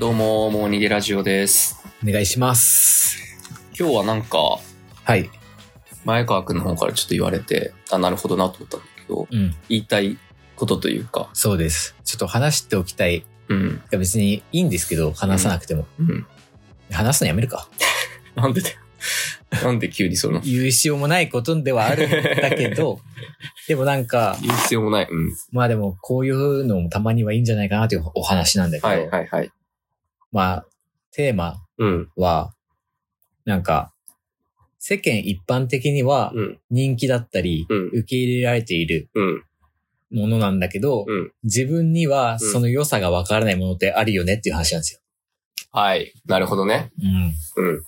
どうも、もう逃げラジオです。お願いします。今日はなんか、はい。前川くんの方からちょっと言われて、あ、なるほどなと思ったんだけど、うん。言いたいことというか、そうです。ちょっと話しておきたい。いうん、や別にいいんですけど、話さなくても。うん。話すのやめるか。なんでだよ。 なんで急にその、言う必要もないことではあるんだけ ど、でもなんか、言う必要もない。うん。まあでもこういうのもたまにはいいんじゃないかなというお話なんだけど、はいはいはい。まあ、テーマうん、は、なんか、世間一般的にはうん、人気だったり、うん受け入れられているうん、ものなんだけど、うん。自分にはその良さがわからないものってあるよねっていう話なんですよ。はい。なるほどね。うん。うん、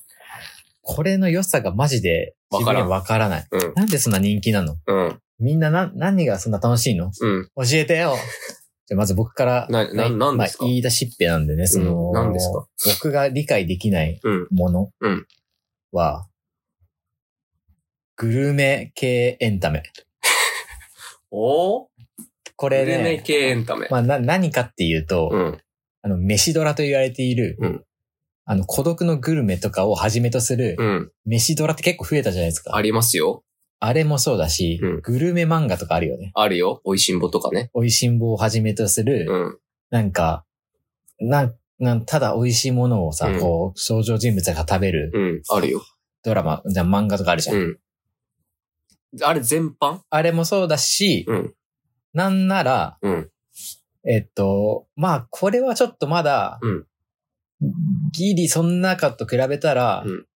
これの良さがマジでわ自か分にらんはわからない。うん、なんでそんな人気なのうん、みんなな、何がそんな楽しいのうん。教えてよ じゃあまず僕から、な、な、いなんですかまあ、言い出しっぺなんでね、その、うん何ですか僕が理解できないうん、ものうんは、グルメ系エンタメ。おーこグれルメね、系エンタメ。まあ、な、何かっていうと、うん、あの、飯ドラと言われている、うんあの、孤独のグルメとかをはじめとするう、ん。飯ドラって結構増えたじゃないですか。ありますよ。あれもそうだし、うんグルメ漫画とかあるよね。あるよ。美味しんぼとかね。美味しんぼをはじめとする、うん、なんか、なん、なん、ただ美味しいものをさ、うんこう、登場人物が食べるうん、あるよ。ドラマ、じゃあ漫画とかあるじゃん。うん。あれ全般あれもそうだし、うん。なんなら、うん。えっと、まあ、これはちょっとまだ、うんギリそん中と比べたら、うん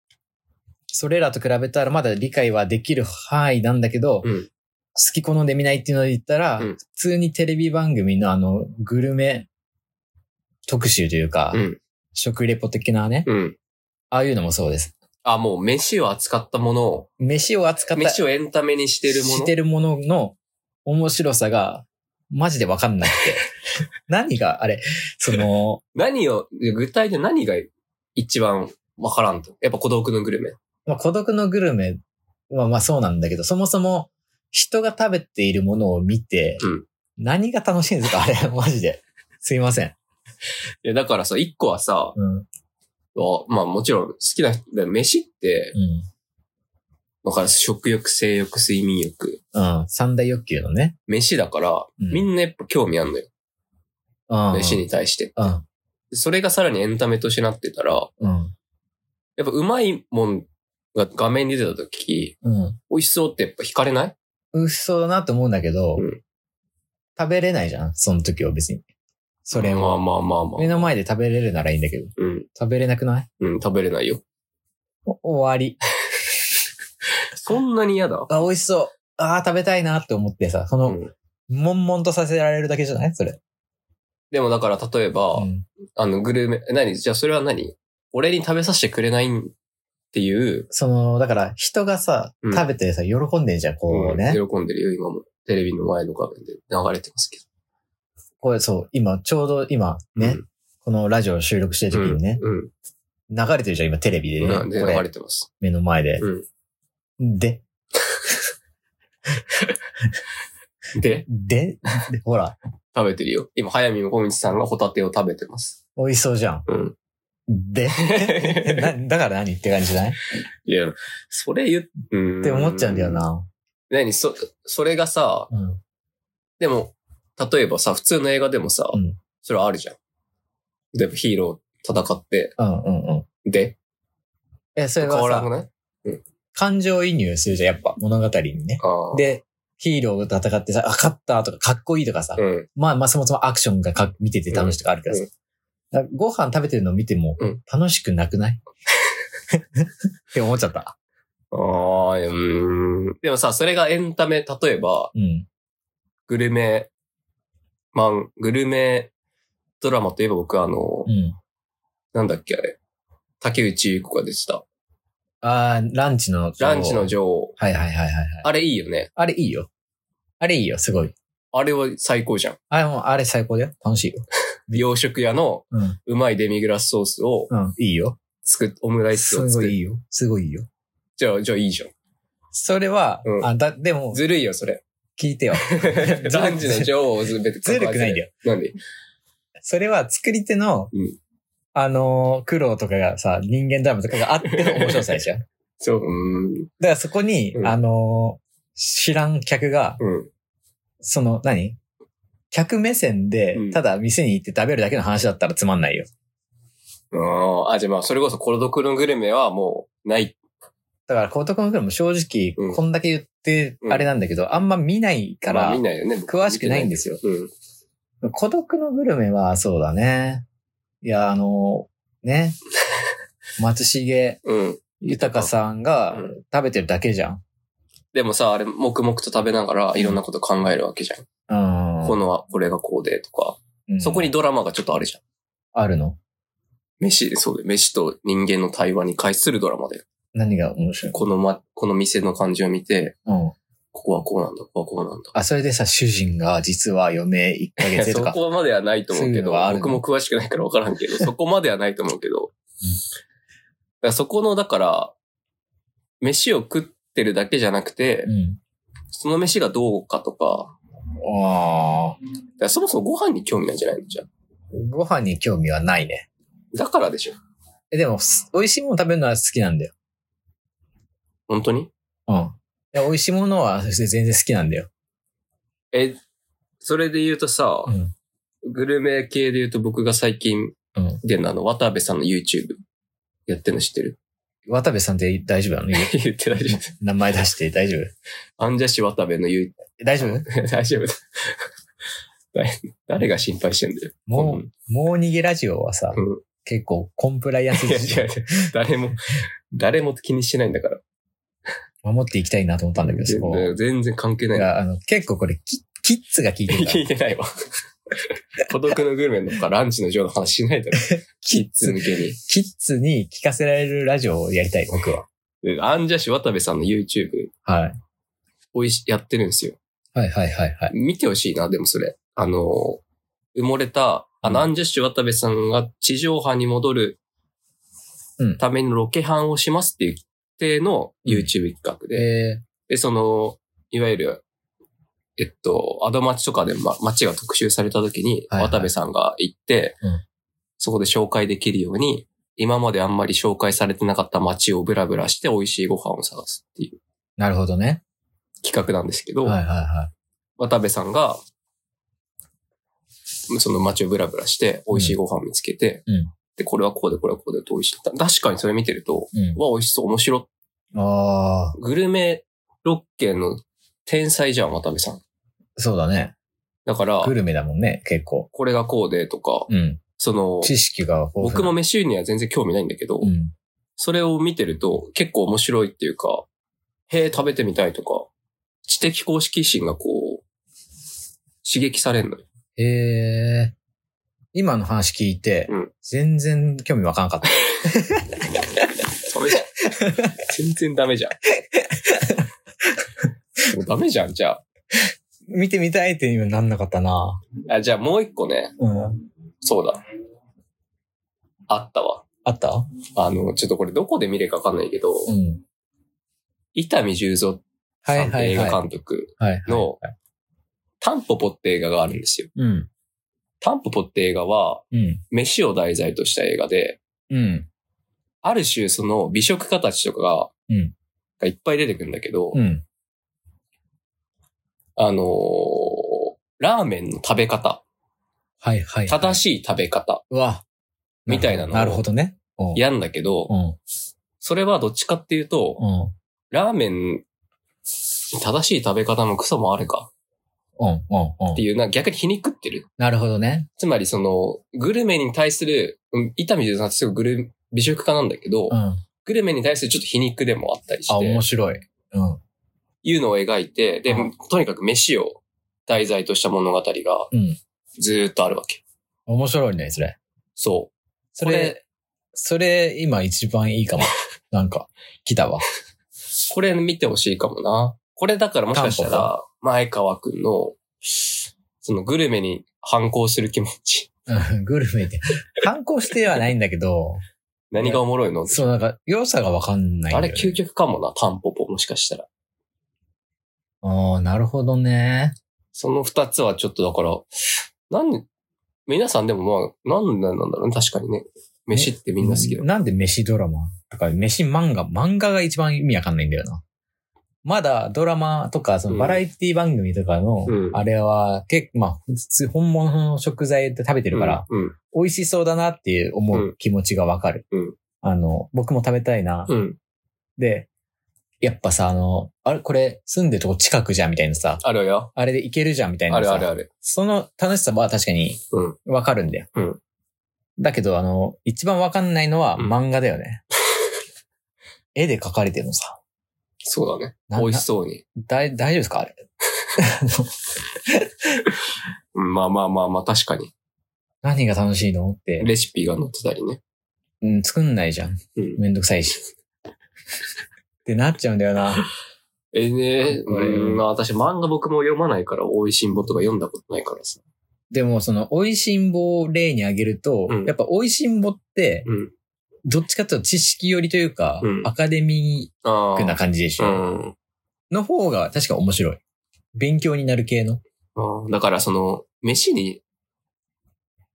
それらと比べたらまだ理解はできる範囲なんだけど、うん好き好んで見ないっていうので言ったら、うん普通にテレビ番組のあの、グルメ特集というか、うん。食レポ的なね、うん。ああいうのもそうです。あ、もう飯を扱ったものを、飯を扱った、飯をエンタメにしてるもの。してるものの面白さが、マジでわかんな くて。何が、あれ、その、何を、具体で何が一番わからんと。やっぱ孤独のグルメ。まあ、孤独のグルメはまあそうなんだけど、そもそも人が食べているものを見て、うん何が楽しいんですかあれ、 マジで。すいません。いや、だからさ、一個はさ、うん。うん。わまあもちろん好きな人、で飯って、だから食欲、性欲、睡眠欲。うん。三大欲求のね。飯だから、うんみんなやっぱ興味あんのよ。うん。飯に対して。うん。それがさらにエンタメとしてなってたら、うん。やっぱうまいもんが画面に出た時、うん。美味しそうってやっぱ惹かれないうん。そうだなと思うんだけど、うん食べれないじゃんその時は別に。それまを。あまあまあまあ目。の前で食べれるならいいんだけど、うん、食べれなくないうん、食べれないよ。お終わり。そんなに嫌だあ、美味しそう。ああ、食べたいなって思ってさ、そうの、ん。悶々とさせられるだけじゃないそれ。でもだから例えば、うんあの、グルメ、え何じゃあそれは何俺に食べさせてくれないっていう、その、だから人がさ、うん食べてさ、喜んでんじゃん、こうね。うん喜んでるよ、今も。テレビの前の画面で流れてますけこれそう、今、ちょうど今、ど。ね、このラジオを収録してる時にね、うん。流れてるじゃん、今テレビうでん。ね。なんでこ流れれてます。目の前で。うで、ん。で、で、でほら、食べてるよ。今、早見もこみちさんがホタテを食べて ます。美味しそうじゃん。うん。で、えなだから何って感じじゃないっいや、それ言っ、うん。て思っちゃうんだよ。な。何そ、それがさ、うん。でも、例えばさ、普通の映画でもさ、うんそれはあるじゃん。例えばヒーロー戦って、うんうんうん。で、え、それ変はわらさな、くない感情移入するじゃん、やっぱ物語にね。ああ。、で、ヒーローと戦ってさ、あ、勝ったとか、かっこいいとかさ、うん。まあまあそもそもアクションがか見てて楽しいとかあるけどさ、うんだからご飯食べてるの見てもうん楽しくな くない、って思っちゃった。ああ、うーん。でもさ、それがエンタメ、例えば、うん。グルメ、マン、グルメドラマといえば僕あの、うん。なんだっけあれ。竹内結子が出てた。ああ、ランチの女王ランチの女王。はいはいはいはいはい。あれいいよね。あれいいよ。あれいいよ、すごい。あれは最高じゃん。あれもう、あれ最高だよ。楽しいよ。洋食屋のうん。うまいデミグラスソースをうん。いいよ。作っ、オムライスすをご作いる。いいよ。すごいいいよ。じゃあ、じゃあいいじゃん。それは、うんあ、だ、でも、ずるいよ、そ れ。聞 いてよ。ランチの女王をずべてずるくないんだよ。なんでそれは作り手の、うんあのー、苦労とかがさ、人間ドラマとかがあっての面白さでしょ。だかそう、うん。らそこに、うんあのー、知らん客が、うん。その、何客目線でうん、ただ店に行って食べるだけの話だったらつまんないよ。あーあ、じゃあまあ、それこそコルドクルングルメはもうない。だから、高徳のも正直うん、こんだけ言って、あれなんだけど、あんま見ないかまあら見、ないよね。詳しくないんですよ。うん。孤独のグルメは、そうだね。いや、あの、 ね。松重うん。豊さんがうん食べてるだけじゃん。でもさ、あれ、黙々と食べながらいろんなこと考えるわけじゃん。うん。このは、これがこうでとか。うんそこにドラマがちょっとあるじゃん。あるの飯、そうだよ。飯と人間の対話に対するドラマで。何が面白いこのま、この店の感じを見て、うん。ここはこうなんだ、ここはこうなんだ。あ、それでさ、主人が実は余命1ヶいや月 そとか。こまではないと思うけど、そういうのがあるの僕も詳しくないから分からん けど、そこまではないと思うけど。だからそこの、だから、飯を食ってるだけじゃなくてう、ん。その飯がどうかとか、ああ。だからそもそもご飯に興味ないんじゃないのじゃあご飯に興味はないね。だからでしょ。え、でも、す美味しいもの食べるのは好きなんだよ。本当にうん。いや、美味しいものは全然好きなんだよ。え、それで言うとさ、うんグルメ系で言うと僕が最近うん。であの、渡部さんの YouTube やってるの知 ってる渡部さんって大丈夫なの言って大丈夫。名前出して大丈夫アンジャッシュ渡部の YouTube、大丈夫 大丈夫だ。誰誰が心配してんだよ。もうんう、もう逃げラジオはさ、うん結構コンプライアンスいやいやいや誰も、誰も気にしてないんだから。守っていきたいなと思ったんだけど、そこ。全全然関係いない。やあの結構これキ、キッズが聞いてるから聞いて ないわ。孤独のグルメとかランチの上の話しないだろ。 キッズ向けにキッズに聞かせられるラジオをやりたい、僕は。。でアンジャッシュ渡部さんの YouTube、はい。おいし、やってるんですよ。はいはいはいはい。見てほしいな、でもそれ。あの、埋もれた、あの、アンジェッシュ渡部さんが地上波に戻るうんためのロケ班をしますっていう規定の YouTube 企画で、えで、その、いわゆる、えっと、アドマチとかで、ま、街が特集された時に、はいはい渡部さんが行って、うんそこで紹介できるように、今まであんまり紹介されてなかった街をブラブラして美味しいご飯を探すっていうー、なるほどね。企画なんですけど、はいはいは渡部さんが、その街をブラブラして、美味しいご飯を見つけて、うんで、これはこうで、これはこうでと美味しい。た確かにそれ見てると、い。ううわ、美味しそう、面白い。ん。ああ、グルメロッケの天才じゃん、渡部さん。そうだね。だからグ、ルメだもんね、結構。これがこうでとか、うん。その、知識が豊富な僕も、飯には全然興味ないんだけど、うん。それを見てると結構面白いっていうか、へえ、食べてみたいとか、知的公式心がこう、刺激されるのよ。ええー、今の話聞いて、うん全然興味わかんなかった。ダメじゃん。 全然ダメじゃん。もうダメじゃん、じゃあ。見てみたいっていうのになんなかったな。あ、じゃあもう一個ね、うん。そうだ。あったわ。あったあの、ちょっとこれどこで見れるかわかんないけど、うん。伊丹十三はさいんっはてい映はい。画監督はいはい。の、タンポポって映画があるんですよ。うん。タンポポって映画は、うん。飯を題材とした映画で、うん。ある種その美食家たちとかが、うんがいっぱい出てくるんだけど、うん。あのーラーメンの食べ方、はいはい。正しい。しい食べ方うわ。みたいなのをなるほどね。うんやんだけどう、ん。それはどっちかっていうと、うん。ラーメン、正しい食べ方もクソもあるかうん。うん。うってん。いうな、逆に皮肉ってる。なるほどね。つまりその、グルメに対する、うん、伊丹十三ってすごいグル、美食家なんだけど、うん。あ、グルメに対するちょっと皮肉でもあったりし面て、白い。うん。いうのを描いて、で、うんとにかく飯を題材とした物語がうん。ずーっとあるわけ。面白いね、それ。そう。そこれれ、それ、今一番いい かも。なんか、来たわ。これ見てほしいかもな。これだからもしかしたタンら、前川くんの、そのグルメに反抗する気持ち。うんグルメって。反抗してはないんだけど、何がおもろいのそう、なんか、良さがわかんないんあれだよね、究極かもな、タンポポもしかしたら。ああ、なるほどね。その二つはちょっとだから、なんで、皆さんでもまあ、なんなんだろうね、確かにね。飯ってみんな好きだ。なんで飯ドラマとか、飯漫画、漫画が一番意味わかんないんだよな。まだドラマとか、そのうんバラエティ番組とかのうん、あれは結構、まあ、普通、本物の食材で食べてるから、うん。美味しそうだなっていう思う気持ちがわかるうん。あの、僕も食べたいな。うん。で、やっぱさ、あの、あれ、これ住んでるとこ近くじゃんみたいなさ、あるよ。あれで行けるじゃんみたいあなるさ、あるある。その楽しさは確かにうん。わかるんだよ。うんだけど、あの、一番わかんないのはうん漫画だ よね。絵で描かれてるのさ。そうだね。な美味しそうに。だい大丈夫ですかあれ。うんまあまあまあまあ、確かに。何が楽しいのって、レシピが載ってたりね。うん、作んないじゃん。うん。めんどくさいし。ってなっちゃうんだよな。えー、ねうんうん、まあ私漫画僕も読まないから、美味しんぼとか読んだことないからさ。でも、その、美味しんぼを例に挙げると、うんやっぱ美味しんぼって、うん。どっちかというと知識寄りというか、うんアカデミあックなあ。感じでしうょ。ん。の方が確か面白い。勉強になる系の。あーだからその、飯に、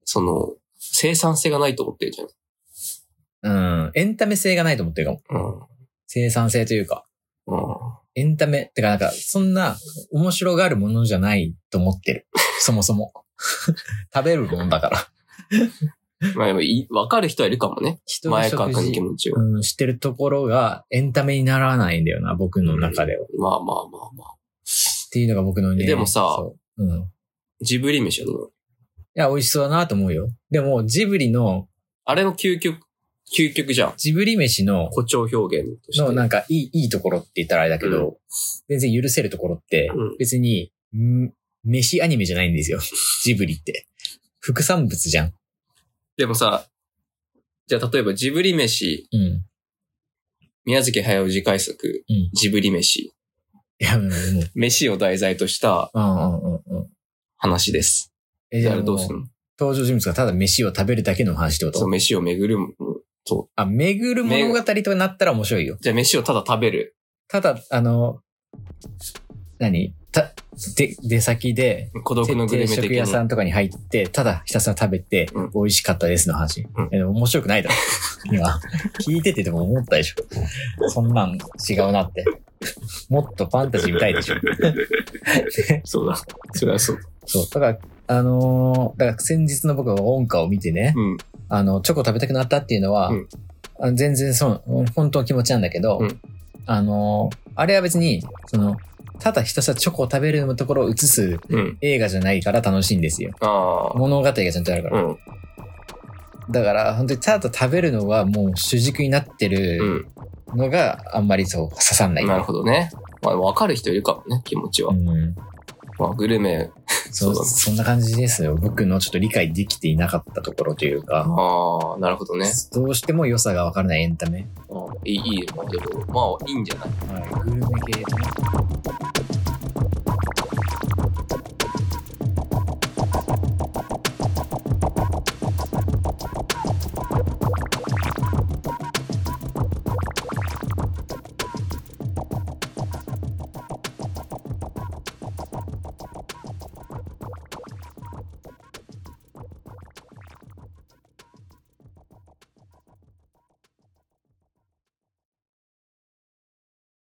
その、生産性がないと思ってるじゃん。うん。エンタメ性がないと思ってるかも。うん。生産性というか。うん。エンタメ、ってかなんか、そんな面白がるものじゃないと思ってる。そもそも。 食べるもんだから。まあでもい、わかる人はいるかも ね。人の前川食君の気事、持ちを。うん、してるところがエンタメにならないんだよな、僕の中では。っまあまあまあまあ。ていうのが僕のね。でもさそう、うん。いジブリ飯はどうや、美味しそうだなと思うよ。でも、ジブリの、あれの究極、究極じゃん。ジブリ飯の、誇張表現として。のなんかいい、いいところって言ったらあれだけど、全然許せるところってうん、別に、ん飯アニメじゃないんですよ。 ジブリって。副産物じゃん。でもさ、じゃあ例えばジブリ飯、うん。い宮崎駿次回作、うんジブリ飯、や、もう、もう飯を題材としたうんうんうんうん。話です。え、じじゃゃああどどううすするるの登場人物がただ飯を食べるだけの話ってこそう、と飯を巡るも。あ、巡る物語となったら面白いよ。じゃあ飯をただ食べる。ただ、あの、何た、で、出先で、孤独のグルメ定食的屋さな。んとかに入って、ただひたすら食べてうん、美味しかったですの話。うんえでも面白くないだろ。今、聞いててでも思ったでしょ。そんなん違うなって。もっとファンタジー見たいでしょ。 そうだ。それはそうだ。そう。だから、あのーだから先日の僕は音歌を見てね、うん。あの、チョコ食べたくなったっていうのは、うんあの全然そう、本当の気持ちなんだけど、うんあの、あれは別に、その、ただひたすらチョコを食べるところを映すうん。映画じゃないから楽しいんですよ。ああ。物語がちゃんとあるから。うん。だから、本当にただ食べるのがもう主軸になってうるん。のがあんまりそう刺さんない。なるほどね。まあ、わかる人いるかもね、気持ちは。うん、まあ、グルメ、そそううだねそんな感じですよ。僕のちょっと理解できていなかったところというか、ああ、なるほどね。どうしても良さがわからないエンタメ。うんいい、いいよ、でも、まあ、いいんじゃないはい、グルメ系とね。